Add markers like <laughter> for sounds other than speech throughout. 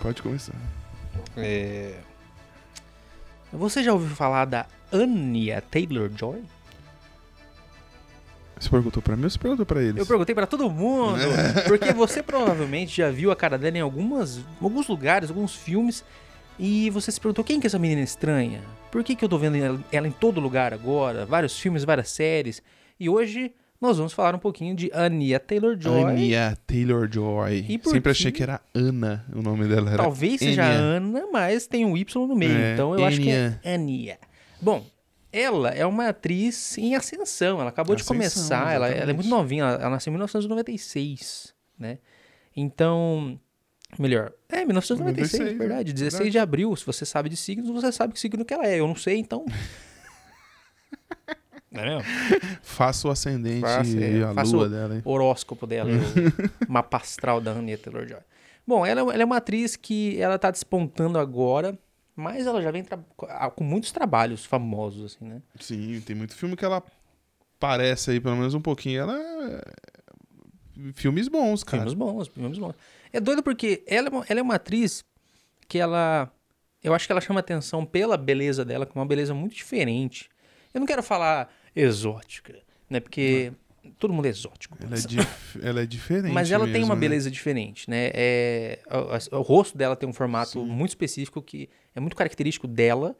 Pode começar. É... Você já ouviu falar da Anya Taylor-Joy? Você perguntou pra mim ou você perguntou pra eles? Eu perguntei pra todo mundo, porque você provavelmente já viu a cara dela em algumas, alguns lugares, alguns filmes, e você se perguntou quem que é essa menina estranha? Por que, que eu tô vendo ela- ela em todo lugar agora? Vários filmes, várias séries. E hoje nós vamos falar um pouquinho de Anya Taylor-Joy. Anya Taylor-Joy. E por Sempre quê? achei que era Ana o nome dela. Era Talvez seja Enya. Ana, mas tem um Y no meio, É, então eu acho que é Ania. Bom, ela é uma atriz em ascensão, ela acabou de Ascensão, começar, ela, ela é exatamente. muito novinha, ela, ela nasceu em 1996, né? Então, melhor, é 1996, 96, verdade, é, 16 verdade. de abril, se você sabe de signos, você sabe que signo que ela é, eu não sei, <laughs> então... Não é mesmo? Faça o ascendente Faça, é, e a faça lua o- dela. hein? horóscopo dela, o mapa astral da Anya Taylor-Joy. Bom, ela, ela é uma atriz que ela tá despontando agora, mas ela já vem tra- ah, com muitos trabalhos famosos, assim, né? Sim, tem muito filme que ela parece aí, pelo menos um pouquinho. Ela. é- Filmes bons, cara. Filmes bons, filmes bons. É doido porque ela, é uma- ela é uma atriz que ela... Eu acho que ela chama atenção pela beleza dela, que é uma beleza muito diferente. Eu não quero falar exótica, né? Porque todo mundo é exótico. Ela é, dif- ela é diferente. Mas ela tem mesmo, uma né? beleza diferente, né? É, o, o- o rosto dela tem um formato muito específico que é muito característico dela,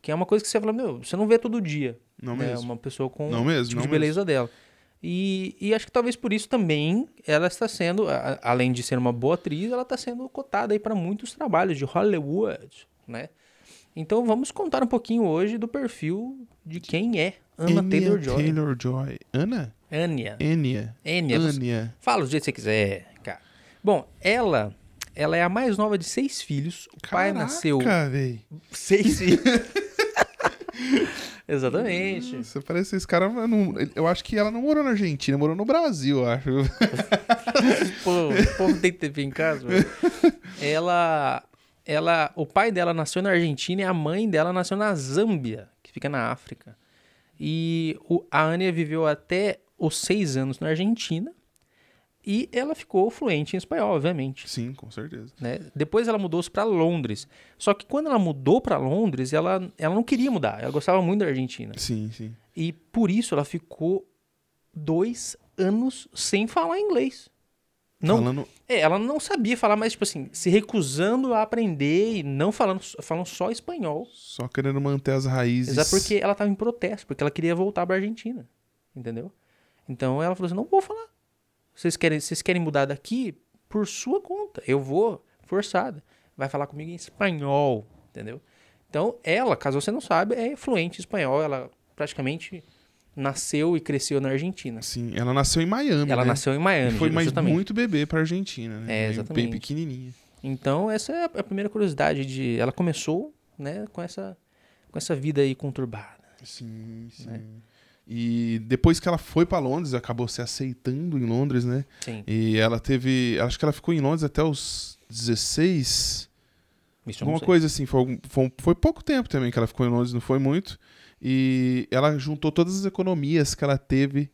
que é uma coisa que você fala, meu, você não vê todo dia. Não né? mesmo. Uma pessoa com Não o mesmo, tipo não de beleza dela. E, e acho que talvez por isso também ela está sendo, a- a- além de ser uma boa atriz, ela está sendo cotada aí para muitos trabalhos de Hollywood, né? Então vamos contar um pouquinho hoje do perfil de quem é Anna Anya Taylor-Joy. Taylor-Joy. Ana? Anya. Enya. Anya, você- Anya. Fala do jeito que você quiser, cara. Bom, ela, ela é a mais nova de seis filhos. O pai Caraca, nasceu véi. seis filhos. Exatamente. Você parece que esse cara. Não... Eu acho que ela não morou na Argentina, morou no Brasil, eu acho. <laughs> Pô, o povo tem TV em casa. velho. Ela, ela, o pai dela nasceu na Argentina e a mãe dela nasceu na Zâmbia, que fica na África. E o, a Ania viveu até os seis anos na Argentina e ela ficou fluente em espanhol, obviamente. Sim, com certeza. né? Depois ela mudou-se para Londres. Só que quando ela mudou para Londres, ela, ela não queria mudar. Ela gostava muito da Argentina. Sim, sim. E por isso ela ficou dois anos sem falar inglês. Não, Falando. é, ela não sabia falar, mas tipo assim, se recusando a aprender e não falando, falam só espanhol. Só querendo manter as raízes. Exato, é porque ela tava em protesto, porque ela queria voltar pra Argentina. Entendeu? Então ela falou assim: não vou falar. Vocês querem, vocês querem mudar daqui por sua conta. Eu vou, forçada. Vai falar comigo em espanhol, entendeu? Então ela, caso você não saiba, é fluente em espanhol. Ela praticamente nasceu e cresceu na Argentina. Sim, ela nasceu em Miami. Ela né? nasceu em Miami, Foi mas justamente. muito bebê pra Argentina, né? É, Meio- exatamente. Bem pequenininha. Então, essa é a a primeira curiosidade de. Ela começou, né, com essa, com essa vida aí conturbada. Sim, sim. É. E depois que ela foi pra Londres, acabou se aceitando em Londres, né? Sim. E ela teve. Acho que ela ficou em Londres até os 16. Isso eu não Alguma sei. coisa assim. Foi, algum- foi, um- foi pouco tempo também que ela ficou em Londres, não foi muito. E ela juntou todas as economias que ela teve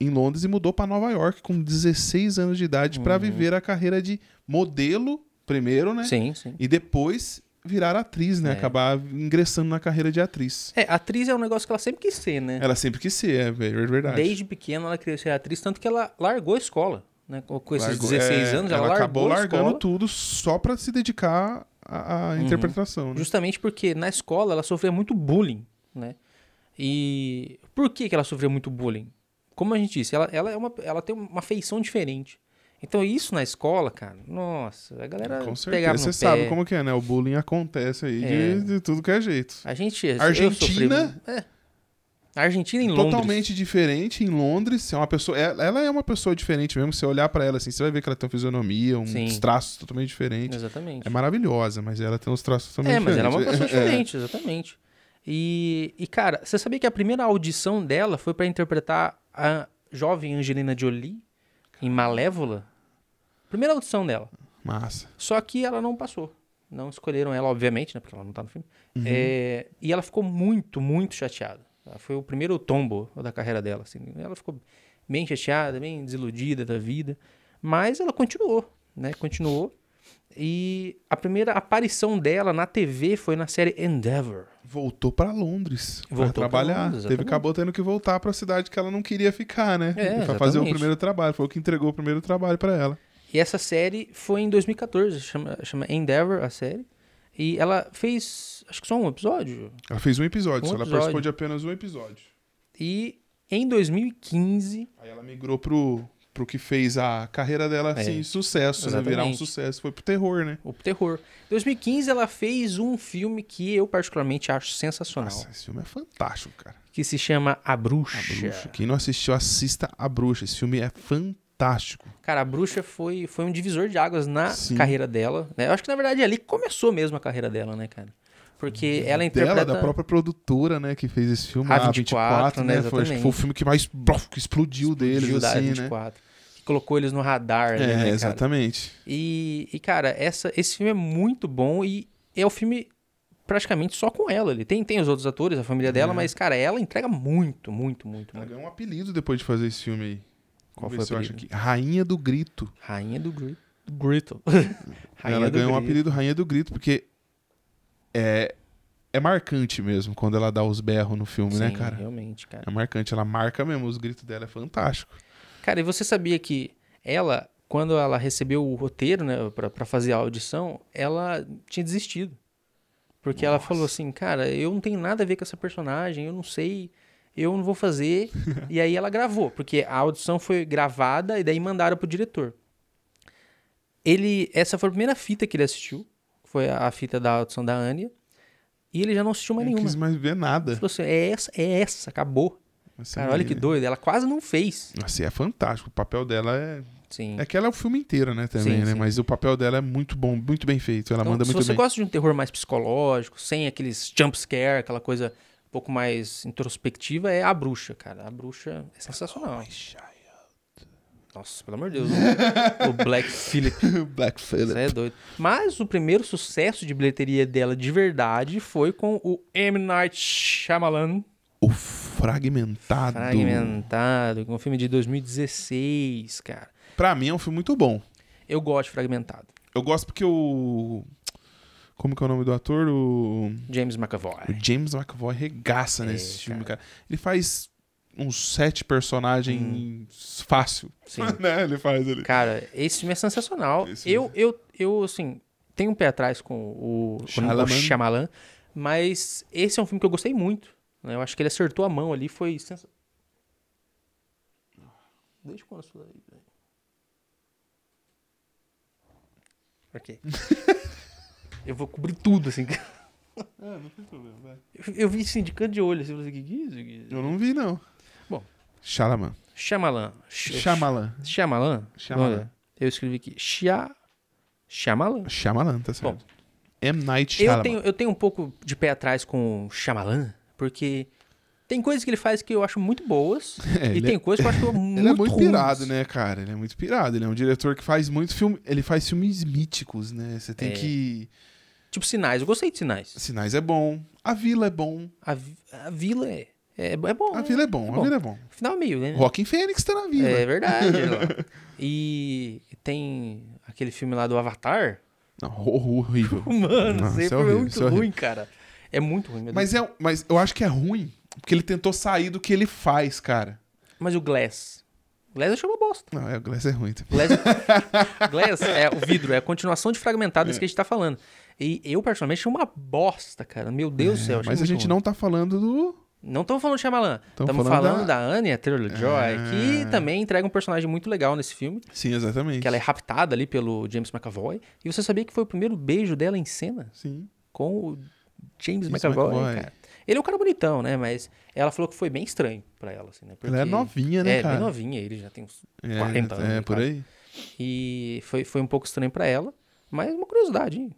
em Londres e mudou pra Nova York com 16 anos de idade pra viver a carreira de modelo, primeiro, né? Uhum. Sim, sim. E depois virar atriz, né? É. Acabar ingressando na carreira de atriz. É, atriz é um negócio que ela sempre quis ser, né? Ela sempre quis ser, é ver- é verdade. Desde pequena ela queria ser atriz, tanto que ela largou a escola, né? Com com esses Largou- 16 é, anos, ela, largou acabou a largando escola. Uhum. tudo só pra se dedicar à, à interpretação, né? Justamente porque na escola ela sofria muito bullying, né? E por que, que ela sofria muito bullying? Como a gente disse, ela, ela, é uma, ela tem uma feição diferente. Então isso na escola, cara, nossa, a galera Com pegava certeza. no Você pé. sabe como que é, né? O bullying acontece aí É. de, de tudo que é jeito. A gente... eu Argentina? sofri- É. Argentina em Londres. Totalmente diferente em Londres. É uma pessoa, ela ela é uma pessoa diferente mesmo. Se você olhar pra ela assim, você vai ver que ela tem uma fisionomia, uns Sim. traços totalmente diferentes. Exatamente. É maravilhosa, mas ela tem uns traços totalmente É, mas ela é diferentes. uma pessoa diferente, exatamente. E, e, cara, você sabia que a primeira audição dela foi pra interpretar a jovem Angelina Jolie em Malévola? Primeira audição dela. Massa. Só que ela não passou. Não escolheram ela, obviamente, né? Porque ela não tá no filme. É, e ela ficou muito, muito chateada. Ela Foi o primeiro tombo da carreira dela. Assim. Ela ficou bem chateada, bem desiludida da vida. Mas ela continuou, né? Continuou. E a primeira aparição dela na TV foi na série Endeavor. Voltou pra Londres pra Voltou pra trabalhar. Londres, Teve exatamente. acabou tendo que voltar pra cidade que ela não queria ficar, né? É, pra fazer o exatamente. primeiro trabalho, foi o que entregou o primeiro trabalho pra ela. E essa série foi em 2014, chama, chama Endeavor a série. E ela fez, acho que só um episódio. Ela fez um episódio, Um só ela episódio. participou de apenas um episódio. E em 2015, Aí ela migrou pro, pro que fez a carreira dela É. assim, sucesso, né? Exatamente. Virar um sucesso. Foi pro terror, né? o terror. Em 2015, ela fez um filme que eu particularmente acho sensacional. Nossa, esse filme é fantástico, cara. Que se chama A Bruxa. A Bruxa. Quem não assistiu, assista A Bruxa. Esse filme é fantástico. Cara, a Bruxa foi, foi um divisor de águas na Sim. carreira dela. né? Eu acho que, na verdade, é ali que começou mesmo a carreira dela, né, cara? Porque ela interpreta... Dela, da própria produtora, né, que fez esse filme, a A24, 24, né? né, Foi, acho que exatamente. foi o filme que mais blof, que explodiu deles, Gil da assim, né? 24, Que colocou eles no radar, ali, né, É, cara? exatamente. E, e, cara, essa, esse filme é muito bom e é o filme praticamente só com ela. Ele tem, tem os outros atores, a família É. dela, mas, cara, ela entrega muito, muito, muito. Ela muito. ganhou um apelido depois de fazer esse filme aí. Qual Vamos ver foi o se eu acho apelido? aqui. Rainha do Grito. Rainha do Gri- Grito. <laughs> Rainha ela do ganhou um Grito. apelido Rainha do Grito, porque é, é marcante mesmo quando ela dá os berros no filme, né, Sim, cara? realmente, cara. É marcante, ela marca mesmo, os gritos dela é fantástico. Cara, e você sabia que ela, quando ela recebeu o roteiro, né, pra, pra fazer a audição, ela tinha desistido. Porque ela falou assim, cara, eu não tenho nada a ver com essa personagem, eu não sei, eu não vou <laughs> fazer. e aí ela gravou, porque a audição foi gravada e daí mandaram pro diretor. Ele, essa foi a primeira fita que ele assistiu, foi a, a fita da audição da Anya, e ele já não assistiu mais Não nenhuma. quis mais ver Ele nada. falou assim, é essa, é essa, acabou. Assim, Cara, olha que doido, ela quase não fez. Assim, é fantástico. O papel dela é. Sim. É que ela é o filme inteiro, né? Também, Sim, né? sim. Mas o papel dela é muito bom, muito bem feito. Ela Então, manda se muito você bem. gosta de um terror mais psicológico, sem aqueles jump scare, aquela coisa um pouco mais introspectiva, é A Bruxa, cara. A Bruxa é sensacional. Nossa, pelo amor de Deus. o- o Black Phillip, <laughs> Black isso Phillip. é doido. Mas o primeiro sucesso de bilheteria dela de verdade foi com o M. Night Shyamalan O Fragmentado. Fragmentado, que é um filme de 2016, cara. Pra mim é um filme muito bom. Eu gosto de Fragmentado. Eu gosto porque o. Como que é o nome do ator? O, James McAvoy. o James McAvoy regaça É, nesse filme, cara. Ele faz uns sete personagens fácil. Hum. Sim. <laughs> né? Ele faz ali. Cara, esse filme é sensacional. Esse é. eu, eu, eu, assim, tenho um pé atrás com o, Shyamalan. o Shyamalan, mas esse é um filme que eu gostei muito. né? Eu acho que ele acertou a mão ali, foi sensacional. Deixa quando isso daí, velho. <laughs> Ok. eu vou cobrir tudo, assim. <laughs> É, não tem problema, vai. Eu, eu vi, assim, de canto de olho, assim, eu falei, "Que que é isso, que que é isso?" Eu não vi, não. Bom. Shalaman. Shyamalan. Shyamalan. Shyamalan? Shyamalan. Olha, Eu escrevi aqui. Shia... Shyamalan. Shyamalan, tá certo. Bom. M. Night Shyamalan. Eu tenho, eu tenho um pouco de pé atrás com o Shyamalan, porque tem coisas que ele faz que eu acho muito boas <laughs> É, e <laughs> ele tem coisas que eu acho muito <laughs> Ele é muito ruins. pirado, né, cara? Ele é muito pirado. Ele é um diretor que faz muito filme. Ele faz filmes míticos, né? Você tem É. que. Tipo Sinais, eu gostei de Sinais. Sinais é bom. A Vila é bom. A, vi- a Vila é, é, é bom. A Vila é bom. A bom. Vila é bom. O final é meio, né? Rockin' Fênix tá na Vila. É verdade. olha lá. <laughs> E tem aquele filme lá do Avatar. Não, hor- horrível. <laughs> Mano, isso Nossa, aí é foi horrível, isso muito é horrível. ruim, cara. É muito ruim, meu Deus. mas, é, mas eu acho que é ruim. Porque ele tentou sair do que ele faz, cara. Mas o Glass. Glass eu achei uma bosta. Não, é, o Glass é ruim. também. Glass, <laughs> Glass é o vidro, é a continuação de fragmentado É. desse que a gente tá falando. E eu, particularmente, achei uma bosta, cara. Meu Deus do céu. achei Mas a muito gente ruim. não tá falando do. Não estamos falando de Shyamalan. Tamo Estamos falando falando, da- da... Anya Taylor-Joy, Ah. que também entrega um personagem muito legal nesse filme. Sim, exatamente. Que ela é raptada ali pelo James McAvoy. E você sabia que foi o primeiro beijo dela em cena Sim. com o James, James McAvoy, McAvoy. cara. Ele é um cara bonitão, né? Mas ela falou que foi bem estranho pra ela, assim, né? Ela é Porque- novinha, né, é, cara? bem novinha. Ele já tem uns É, 40 anos, É, né, por quase. aí. E foi, foi um pouco estranho pra ela, mas uma curiosidade. hein?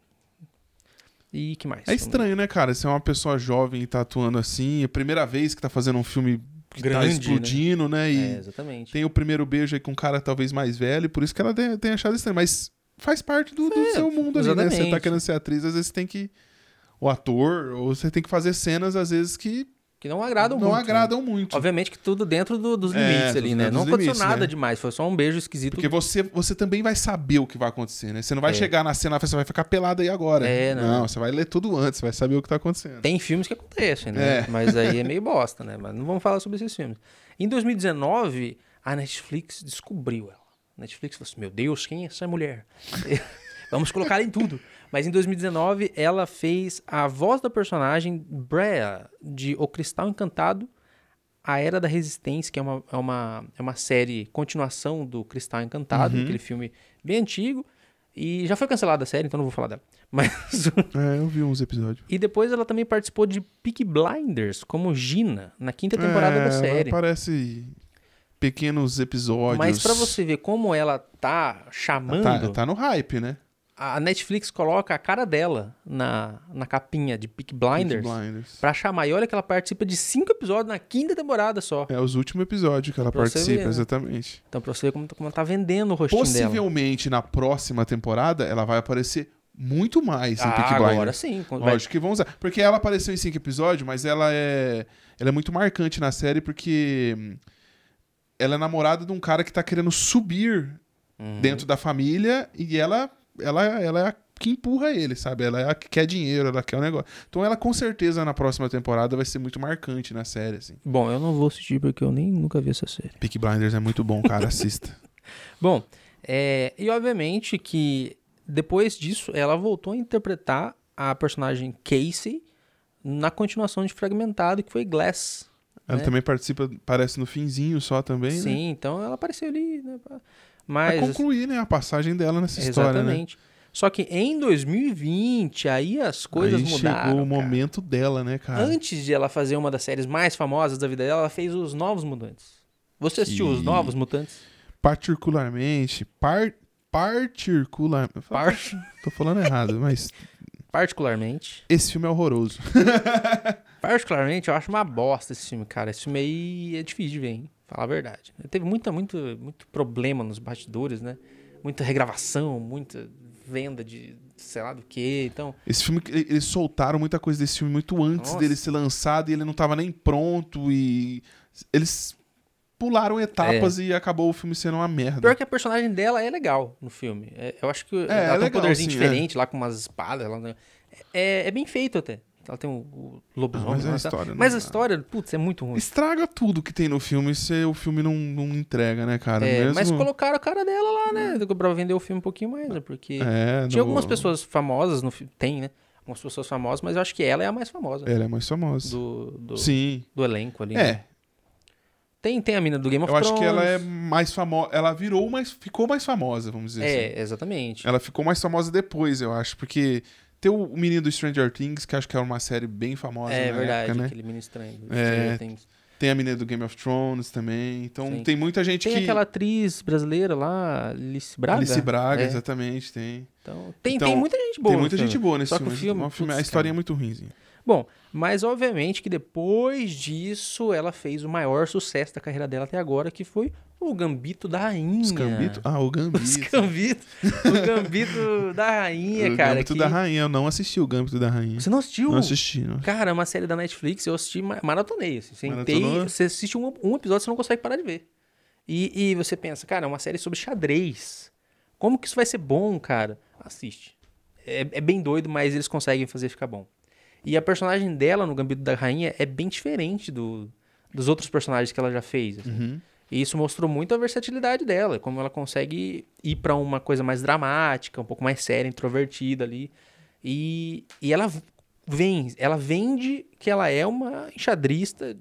E que mais? um É estranho, né, cara? Você é uma pessoa jovem e tá atuando assim. É a primeira vez que tá fazendo um filme que tá Grande, né? explodindo, né? É, E exatamente. tem o primeiro beijo aí com um cara talvez mais velho. Por isso que ela tem, tem achado estranho. Mas faz parte do, do seu mundo ali, né? Você tá É, exatamente. querendo ser atriz, às vezes você tem que... Ou ator, ou você tem que fazer cenas, às vezes, que que não agradam não um tipo. muito. né? agradam muito. Obviamente que tudo dentro do- dos É, limites ali, tudo né? dentro Não dos aconteceu limites, nada né? demais, foi só um beijo esquisito. Porque você, você também vai saber o que vai acontecer, né? Você não vai É. chegar na cena e falar, você vai ficar pelado aí agora. É, não. não. você vai ler tudo antes, você vai saber o que tá acontecendo. Tem filmes que acontecem, né? É. Mas aí é meio bosta, né? Mas não vamos falar sobre esses filmes. Em 2019, a Netflix descobriu ela. A Netflix falou assim: meu Deus, quem é essa mulher? <laughs> vamos colocar ela em tudo. Mas em 2019, ela fez a voz da personagem Brea, de O Cristal Encantado, A Era da Resistência, que é uma, é uma, é uma série, continuação do Cristal Encantado, Uhum. aquele filme bem antigo. E já foi cancelada a série, então não vou falar dela. <laughs> Mas É, eu vi uns episódios. e depois ela também participou de Peak Blinders como Gina, na quinta temporada É, da série. Parece pequenos episódios. Mas pra você ver como ela tá chamando, Tá, tá no hype, né? a Netflix coloca a cara dela na, na capinha de Peak Blinders Peaky Blinders. pra chamar. E olha que ela participa de cinco episódios na quinta temporada só. É os últimos episódios que ela Pra você participa, ver, né? exatamente. Então pra você ver como, como ela tá vendendo o rostinho dela. Possivelmente na próxima temporada ela vai aparecer muito mais em Peaky Ah, Blinders. agora sim. quando vai- Lógico que vão usar. Porque ela apareceu em cinco episódios, mas ela é. Ela é muito marcante na série porque hum, ela é namorada de um cara que tá querendo subir Uhum. dentro da família e ela, ela, ela é a que empurra ele, sabe? Ela é a que quer dinheiro, ela quer o negócio. Então ela com certeza na próxima temporada vai ser muito marcante na série, assim. Bom, eu não vou assistir porque eu nem nunca vi essa série. Peak Blinders é muito bom, <laughs> cara. Assista. Bom, é, e obviamente que depois disso ela voltou a interpretar a personagem Casey na continuação de Fragmentado, que foi Glass. Ela É. também participa, parece no finzinho só também, né? Sim, então ela apareceu ali, né? pra- Pra Mas. concluir, né, a passagem dela nessa história, né? exatamente. Só que em 2020, aí as coisas Aí mudaram. chegou o cara. momento dela, né, cara? Antes de ela fazer uma das séries mais famosas da vida dela, ela fez Os Novos Mutantes. Você assistiu Os Que- Novos Mutantes? particularmente, par, particular, Par- tô falando errado, mas <laughs> particularmente. esse filme é horroroso. Particularmente, eu acho uma bosta esse filme, cara. Esse filme aí é difícil de ver, hein? Falar a verdade. Teve muita, muito, muito problema nos bastidores, né? Muita regravação, muita venda de sei lá do que. Então, Esse filme, ele- eles soltaram muita coisa desse filme muito antes Nossa. dele ser lançado e ele não tava nem pronto e eles pularam etapas e acabou o filme sendo uma merda. É. pior que a personagem dela é legal no filme. É, eu acho que ela é tem um legal, poderzinho sim, diferente lá com umas espadas. Ela, não- é, é bem feito até. Ela tem o um, lobisomem. Ah, mas a lá, tá? história não mas a dá. história, putz, é muito ruim. Estraga tudo que tem no filme se o filme não, não entrega, né, cara? É, Mesmo- Mas colocaram a cara dela lá, né? Pra vender o filme um pouquinho mais, né? Porque. É, Tinha no- algumas pessoas famosas no filme. Tem, né? Algumas pessoas famosas, mas eu acho que ela é a mais famosa Ela é mais famosa. do, do, Sim. do elenco ali. né? É, Tem, tem a mina do Game of eu Thrones. acho que ela é mais famosa. Ela virou mais. Ficou mais famosa, vamos dizer assim. É, exatamente. Ela ficou mais famosa depois, eu acho, porque tem o o menino do Stranger Things, que acho que era uma série bem famosa é na verdade, época, né? aquele menino estranho. do É, Stranger Things. Tem a menina do Game of Thrones também. Então Sim. tem muita gente Tem que. aquela atriz brasileira lá, Alice Braga. Alice Braga, É, exatamente, tem. então, tem, Então, tem muita gente boa. tem no muita filme. gente boa nesse Só que filme. o filme, Não, o filme- a putz, história é cara. muito ruimzinha. Bom, mas obviamente que depois disso ela fez o maior sucesso da carreira dela até agora, que foi o Gambito da Rainha. Os Gambito? Ah, o <laughs> Gambito. Os Gambito. <laughs> o Gambito da Rainha, o cara. Gambito que- da Rainha. Eu não assisti o Gambito da Rainha. Você não assistiu? Não assisti, não. Cara, é uma série da Netflix, eu assisti, ma- maratonei. Assim, sentei, Maratonou? você assiste um, um episódio, você não consegue parar de ver. E, e você pensa, cara, é uma série sobre xadrez. Como que isso vai ser bom, cara? Assiste. É, é bem doido, mas eles conseguem fazer ficar bom. E a personagem dela no Gambito da Rainha é bem diferente do, dos outros personagens que ela já fez. assim. Uhum. E isso mostrou muito a versatilidade dela, como ela consegue ir pra uma coisa mais dramática, um pouco mais séria, introvertida ali. E, e ela v- vem, ela vende que ela é uma enxadrista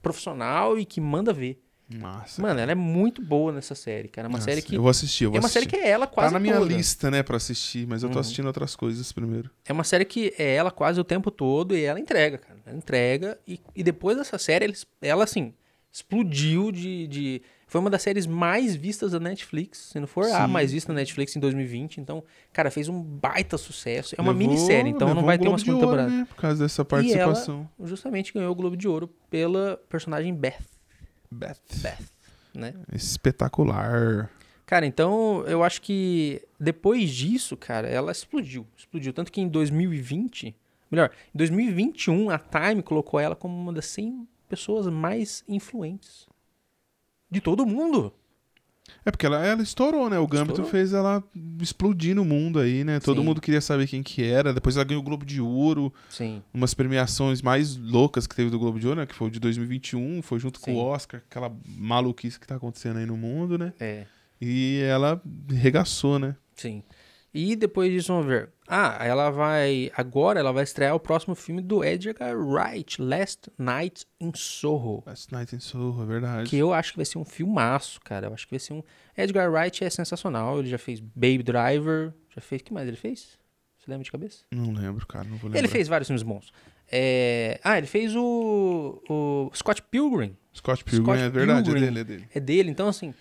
profissional e que manda ver. Uhum. Massa. Mano, ela é muito boa nessa série, cara. É uma Nossa, série que Eu vou assistir, eu vou é uma série assistir. que é ela quase Tá na minha toda. lista, né, pra assistir, mas eu tô Uhum. assistindo outras coisas primeiro. É uma série que é ela quase o tempo todo e ela entrega, cara. Ela entrega. E, e depois dessa série, eles- ela, assim, explodiu de, de- Foi uma das séries mais vistas da Netflix. Se não for a Sim. mais vista da Netflix em 2020. Então, cara, fez um baita sucesso. É uma Levou- minissérie, então não levou vai um ter uma Globo de segunda Ouro, temporada. Né, por causa dessa participação. Justamente ganhou o Globo de Ouro pela personagem Beth, Beth. né? Espetacular. Cara, então eu acho que depois disso, cara, ela explodiu. Explodiu. Tanto que em 2020 Melhor, em 2021, a Time colocou ela como uma das 100 pessoas mais influentes de todo mundo. É porque ela, ela estourou, né? O Gambito Estourou. fez ela explodir no mundo aí, né? Todo Sim. mundo queria saber quem que era. Depois ela ganhou o Globo de Ouro, Sim. umas premiações mais loucas que teve do Globo de Ouro, né? Que foi o de 2021, foi junto com Sim. o Oscar, aquela maluquice que tá acontecendo aí no mundo, né? É, E ela regaçou, né? sim. E depois disso, vamos ver. Ah, ela vai. Agora ela vai estrear o próximo filme do Edgar Wright, Last Night in Soho. Last Night in Soho, é verdade. Que eu acho que vai ser um filmaço, cara. Eu acho que vai ser um. Edgar Wright é sensacional. Ele já fez Baby Driver. Já fez. O que mais ele fez? Você lembra de cabeça? Não lembro, cara, não vou lembrar. Ele fez vários filmes bons. É, Ah, ele fez o. o Scott Pilgrim. Scott Pilgrim, Scott é verdade, Pilgrim. é dele, é dele. É dele. Então, assim.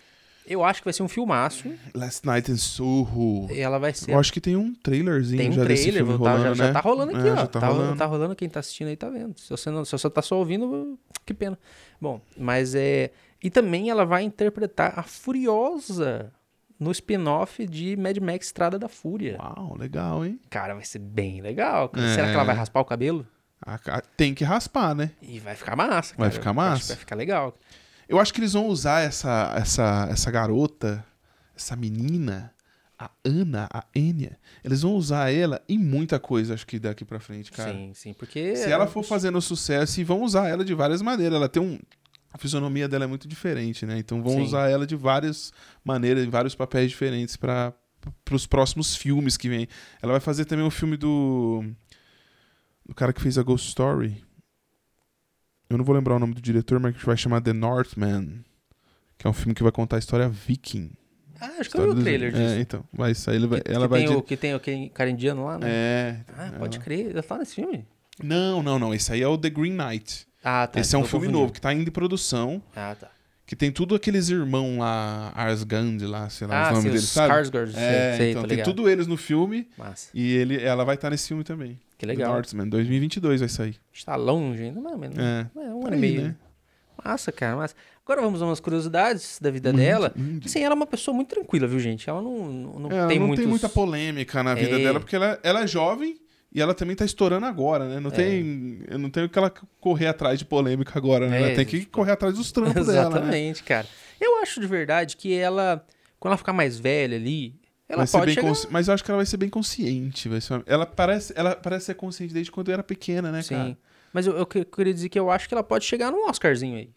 Eu acho que vai ser um filmaço. Last Night in Soho. Ela vai ser. Eu acho que tem um trailerzinho Tem um já desse trailer, filme vou- tá- já, rolando, já né? tá rolando aqui, É, ó. já tá rolando. tá rolando, quem tá assistindo aí tá vendo. Se você, não, se você tá só ouvindo, que pena. Bom, mas é. E também ela vai interpretar a Furiosa no spin-off de Mad Max Estrada da Fúria. Uau, legal, hein? Cara, vai ser bem legal. cara. É. Será que ela vai raspar o cabelo? A ca- Tem que raspar, né? E vai ficar massa, cara. Eu Vai ficar acho que massa. Vai ficar legal. Eu acho que eles vão usar essa, essa, essa garota, essa menina, a Ana, a Enya. Eles vão usar ela em muita coisa, acho que daqui pra frente, cara. sim, sim. Porque. Se ela for fazendo sucesso, e vão usar ela de várias maneiras. Ela tem um. A fisionomia dela é muito diferente, né? Então vão Sim. usar ela de várias maneiras, em vários papéis diferentes para os próximos filmes que vem. Ela vai fazer também o filme do. do cara que fez a Ghost Story. Eu não vou lembrar o nome do diretor, mas que vai chamar The Northman. Que é um filme que vai contar a história viking. Ah, acho que eu História vi o dos- trailer disso. É, então. Vai sair, ele vai- que, ela que vai. tem di- o, que tem aquele cara indiano lá, né? É. Ah, ela- pode crer. Ela tá nesse filme? Não, não, não. Esse aí é o The Green Knight. Ah, tá. Esse é um tô filme confundindo. novo que tá indo em produção, Ah, tá. que tem tudo aqueles irmãos lá, Arsgand lá, sei ah, lá os nomes sim, deles, os sabe? Skarsgård, sei, é, sei, então tô tem ligado. tudo eles no filme Massa, e ele, ela vai estar nesse filme também. que legal. The Northman, 2022 vai sair. A gente tá longe ainda, mas mas- É. é um ano Tá aí, e meio. né? Massa, cara, massa. Agora vamos a umas curiosidades da vida dela. hum. Assim, ela é uma pessoa muito tranquila, viu, gente? Ela não, não, não É, ela tem não muitos... tem muita polêmica na vida É. dela, porque ela, ela é jovem e ela também tá estourando agora, É. né? Não tem, não tem o que ela correr atrás de polêmica agora, né? É, ela tem que tipo- correr atrás <laughs> dos trampos dela, né? Exatamente, cara. Eu acho de verdade que ela, quando ela ficar mais velha ali, ela Vai ser pode bem chegar... consci- Mas eu acho que ela vai ser bem consciente. Vai ser uma- Ela, parece, ela parece ser consciente desde quando era pequena, né, cara? Sim. Mas eu, eu que- queria dizer que eu acho que ela pode chegar num Oscarzinho aí.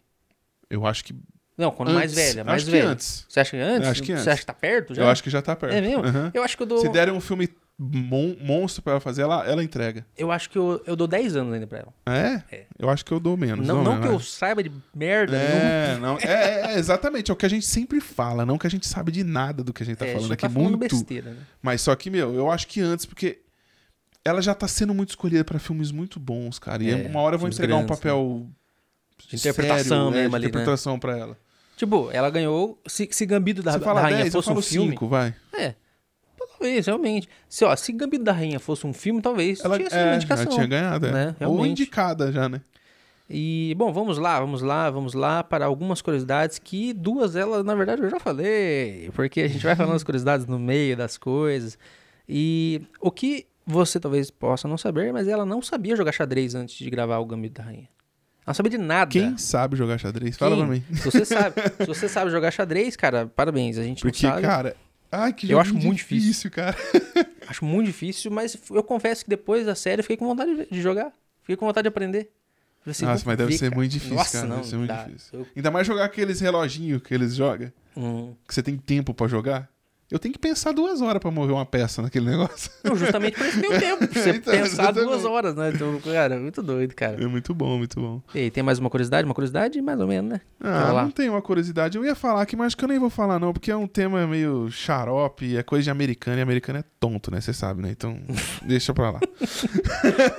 Eu acho que. Não, quando mais antes. velha, mais acho velha. que antes. Você acha que antes? Eu acho que Você antes. acha que tá perto já? Eu acho que já tá perto. É mesmo? Aham. Eu acho que eu dou... Se derem um filme mon- monstro pra ela fazer, ela, ela entrega. Eu acho que eu, eu dou 10 anos ainda pra ela. É? É. Eu acho que eu dou menos. Não, não, não né, que eu mas- saiba de merda nenhuma. É, não. É, é, é, exatamente. É o que a gente sempre fala. Não que a gente sabe de nada do que a gente tá É, falando só aqui falando muito. besteira, né? Mas só que, meu, eu acho que antes, porque ela já tá sendo muito escolhida pra filmes muito bons, cara. E É, uma hora vão filmes entregar um grandes, papel. De interpretação sério, né, mesmo de ali, né? interpretação pra ela. Tipo, ela ganhou. Se, se Gambito da, Você da fala Rainha 10, eu fosse falo um filme. 5, vai. É. Talvez, realmente. Se, ó, se Gambito da Rainha fosse um filme, talvez Ela, tinha sido é, uma ela indicação. tinha ganhado, é. né, Ou realmente. indicada já, né? E, bom, vamos lá, vamos lá, vamos lá para algumas curiosidades que duas delas, na verdade, eu já falei. Porque a gente vai <laughs> falando as curiosidades no meio das coisas. E o que você talvez possa não saber, mas ela não sabia jogar xadrez antes de gravar o Gambito da Rainha. Ela não sabia de nada. Quem sabe jogar xadrez? Fala É. Quem? Tipo, pra mim. Se você sabe, <laughs> se você sabe jogar xadrez, cara, parabéns. A gente Porque, não sabe. cara. Ai, que Eu jogo acho muito difícil. cara. Acho muito difícil, mas eu confesso que depois da série eu fiquei com vontade de- de jogar. Fiquei com vontade de aprender. Falei assim, Nossa, vou mas deve ver, ser cara. muito difícil, Nossa, cara. Não, Deve ser muito dá. difícil. Eu- Ainda mais jogar aqueles reloginhos que eles jogam, Hum. que você tem tempo pra jogar. Eu tenho que pensar duas horas pra mover uma peça naquele <laughs> negócio. Não, justamente por esse <laughs> meu tempo. pra Você Então, pensar duas exatamente. horas, né? Então, cara, é muito doido, cara. É muito bom, muito bom. E aí, tem mais uma curiosidade? Uma curiosidade, mais ou menos, né? <laughs> Ah, Vai lá. não tem uma curiosidade. Eu ia falar aqui, mas acho que eu nem vou falar, não, porque é um tema meio xarope, é coisa de americano, e americano é tonto, né? Você sabe, né? Então, <laughs> deixa pra lá.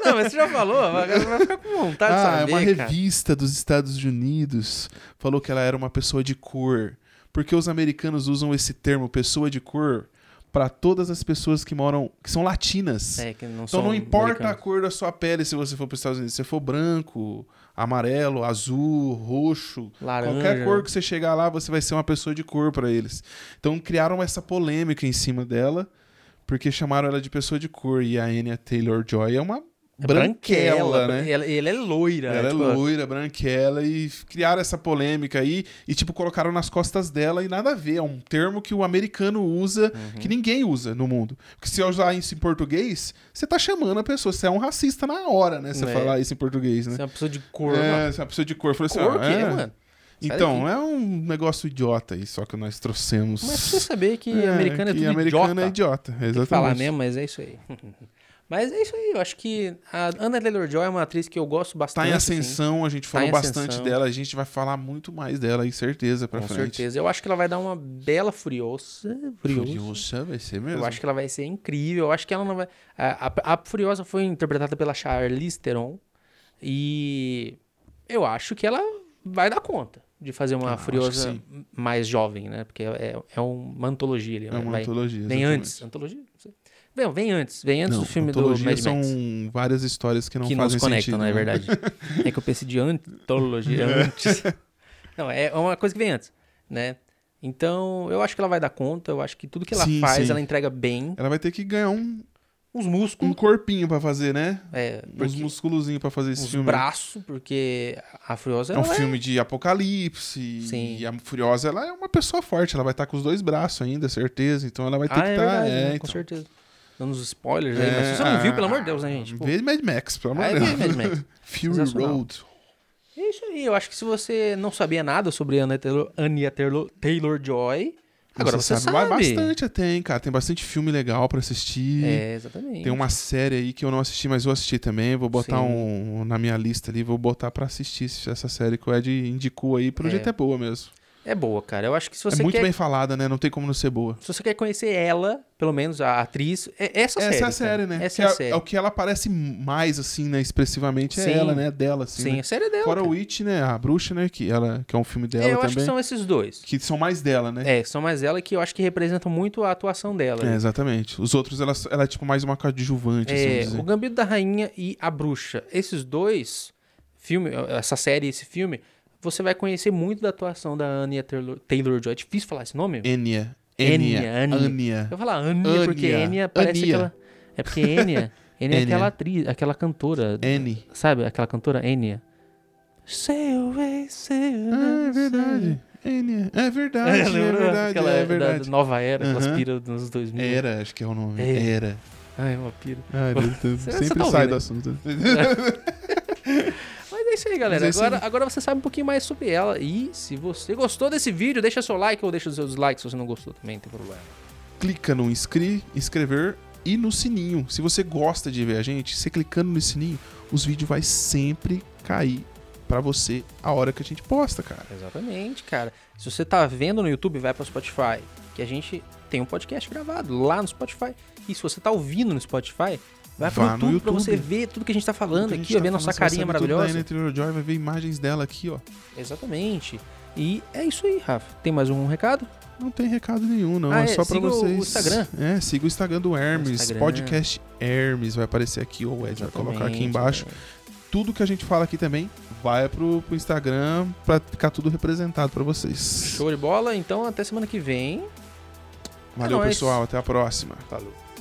Não, mas você já falou, agora vai ficar com vontade Tá de ah, saber, uma cara. revista dos Estados Unidos falou que ela era uma pessoa de cor. Porque os americanos usam esse termo, pessoa de cor, pra todas as pessoas que moram, que são latinas. É, que não então são não importa a americanos. cor da sua pele se você for para os Estados Unidos. Se você for branco, amarelo, azul, roxo, Laranja. qualquer cor que você chegar lá, você vai ser uma pessoa de cor pra eles. Então criaram essa polêmica em cima dela, porque chamaram ela de pessoa de cor. E a Anya Taylor-Joy é uma branquela, né? Ela, ela é loira. Ela né? é Tipo, loira, branquela, e criaram essa polêmica aí, e tipo, colocaram nas costas dela e nada a ver. É um termo que o americano usa, Uhum. que ninguém usa no mundo. Porque se eu usar isso em português, você tá chamando a pessoa, você é um racista na hora, né? Você É. falar isso em português, né? Você é uma pessoa de cor, mano. É, você é uma pessoa de cor. Falou assim, Cor ah, o quê, é. mano? Sai Então, daqui. é um negócio idiota aí, só que nós trouxemos. Mas pra você saber que É, americano é que tudo americano idiota. é idiota. Exatamente. Tem que falar mesmo, mas é isso aí. <laughs> mas é isso aí, eu acho que a Anna Taylor-Joy é uma atriz que eu gosto bastante. Tá em assim. ascensão, a gente falou em bastante ascensão. dela, a gente vai falar muito mais dela aí, certeza, pra Com frente. certeza. Eu acho que ela vai dar uma bela Furiosa. Furiosa. Furiosa, é, vai ser mesmo. Eu acho que ela vai ser incrível. Eu acho que ela não vai. A, a- a Furiosa foi interpretada pela Charlize Theron. E eu acho que ela vai dar conta de fazer uma Ah, acho Furiosa que mais jovem, né? Porque é, é uma antologia ali. né? é uma vai- antologia. Vem exatamente. antes. Antologia? Não sei. Vem, vem antes. Vem antes Não, do filme do Mad antologia Max. são várias histórias que não que não fazem se conectam, sentido. não é né? É. verdade? é que eu pensei de <laughs> antologia antes. Não, é uma coisa que vem antes, né? Então, eu acho que ela vai dar conta, eu acho que tudo que ela Sim, faz, sim. ela entrega bem. Ela vai ter que ganhar um, Os um músculos, corpinho pra fazer, né? é, Uns porque, musculozinhos pra fazer esse os filme. braços, porque a Furiosa né? É um ela filme de apocalipse. Sim. E a Furiosa, ela é uma pessoa forte. Ela vai estar com os dois braços ainda, certeza. Então ela vai ter Ah, que é estar. verdade, né? com então. certeza. Dando uns spoilers aí, mas se você É, não viu, ah, pelo amor de Deus, né, gente? Pô, Vê Mad Max, pelo amor aí de Deus. vem Mad Max. Fury é Sensacional. Road. É isso aí, eu acho que se você não sabia nada sobre Anya Taylor, Anya Taylor, Joy, agora você, sabe. Vai bastante até, hein, cara. Tem bastante filme legal pra assistir. É, exatamente. Tem uma série aí que eu não assisti, mas vou assistir também. Vou botar Sim. um na minha lista ali, vou botar pra assistir esse- essa série que o Ed indicou aí. Pelo É. jeito é boa mesmo. É boa, cara. Eu acho que se é você muito quer, bem falada, né? Não tem como não ser boa. se você quer conhecer ela, pelo menos a atriz, é essa, Essa série. é a cara. série, né? Essa Que é a é, série. é o que ela aparece mais, assim, né? Expressivamente é Sim. ela, né? Dela, assim. Sim, né? a série é dela. Fora cara. o It, né? A bruxa, né? Que, ela, que é um filme dela É, eu acho também. que são esses dois. que são mais dela, né? É, são mais ela que eu acho que representam muito a atuação dela. É, exatamente. Os outros, ela, ela é tipo mais uma coadjuvante, assim É, dizer. o Gambito da Rainha e A Bruxa. Esses dois filmes, essa série e esse filme, você vai conhecer muito da atuação da Anya Taylor- Taylor-Joy. É difícil falar esse nome? Enya. Enya, Enya. Anya. Anya. Eu vou falar Anya, Anya, porque Anya parece Ania. aquela... É porque <laughs> Anya, Anya é Anya. aquela atriz, aquela cantora. Annie. Sabe aquela cantora Enya? Say away, say Ah, away, é verdade. Enya. É <laughs> verdade, é Uhum, Lembra verdade, aquela é da, verdade. da nova era, aquelas Aham. piras dos anos 2000. Era, acho que é o nome. É. Era. Ai, uma pira. Ai, <laughs> meu Deus, Você- você sempre tá sai ouvindo, do né? assunto. Mas é isso aí, galera. Mas é isso Agora, aí. agora você sabe um pouquinho mais sobre ela. E se você gostou desse vídeo, deixa seu like ou deixa o seu dislike se você não gostou também, não tem problema. Clica no inscri inscrever e no sininho. Se você gosta de ver a gente, você clicando no sininho, os vídeos vai sempre cair pra você a hora que a gente posta, cara. Exatamente, cara. Se você tá vendo no YouTube, vai para o Spotify, que a gente tem um podcast gravado lá no Spotify. E se você tá ouvindo no Spotify, vai para o Vá no YouTube pra YouTube. você ver tudo que a gente tá falando Tudo que a aqui, gente ó, ver tá nossa falando, você carinha vai saber tudo né? da maravilhosa. Anya Taylor-Joy, vai ver imagens dela aqui, ó. Exatamente. E é isso aí, Rafa. Tem mais um recado? Não tem recado nenhum, não. Ah, é, é, só pra siga o vocês. Instagram. É, siga o Instagram do Hermes. Instagram. Podcast Hermes vai aparecer aqui, ou o Ed vai colocar aqui Exatamente, embaixo. né? Tudo que a gente fala aqui também vai pro, pro Instagram pra ficar tudo representado pra vocês. Show de bola. Então, até semana que vem. Valeu, É nóis. pessoal. Até a próxima. Falou.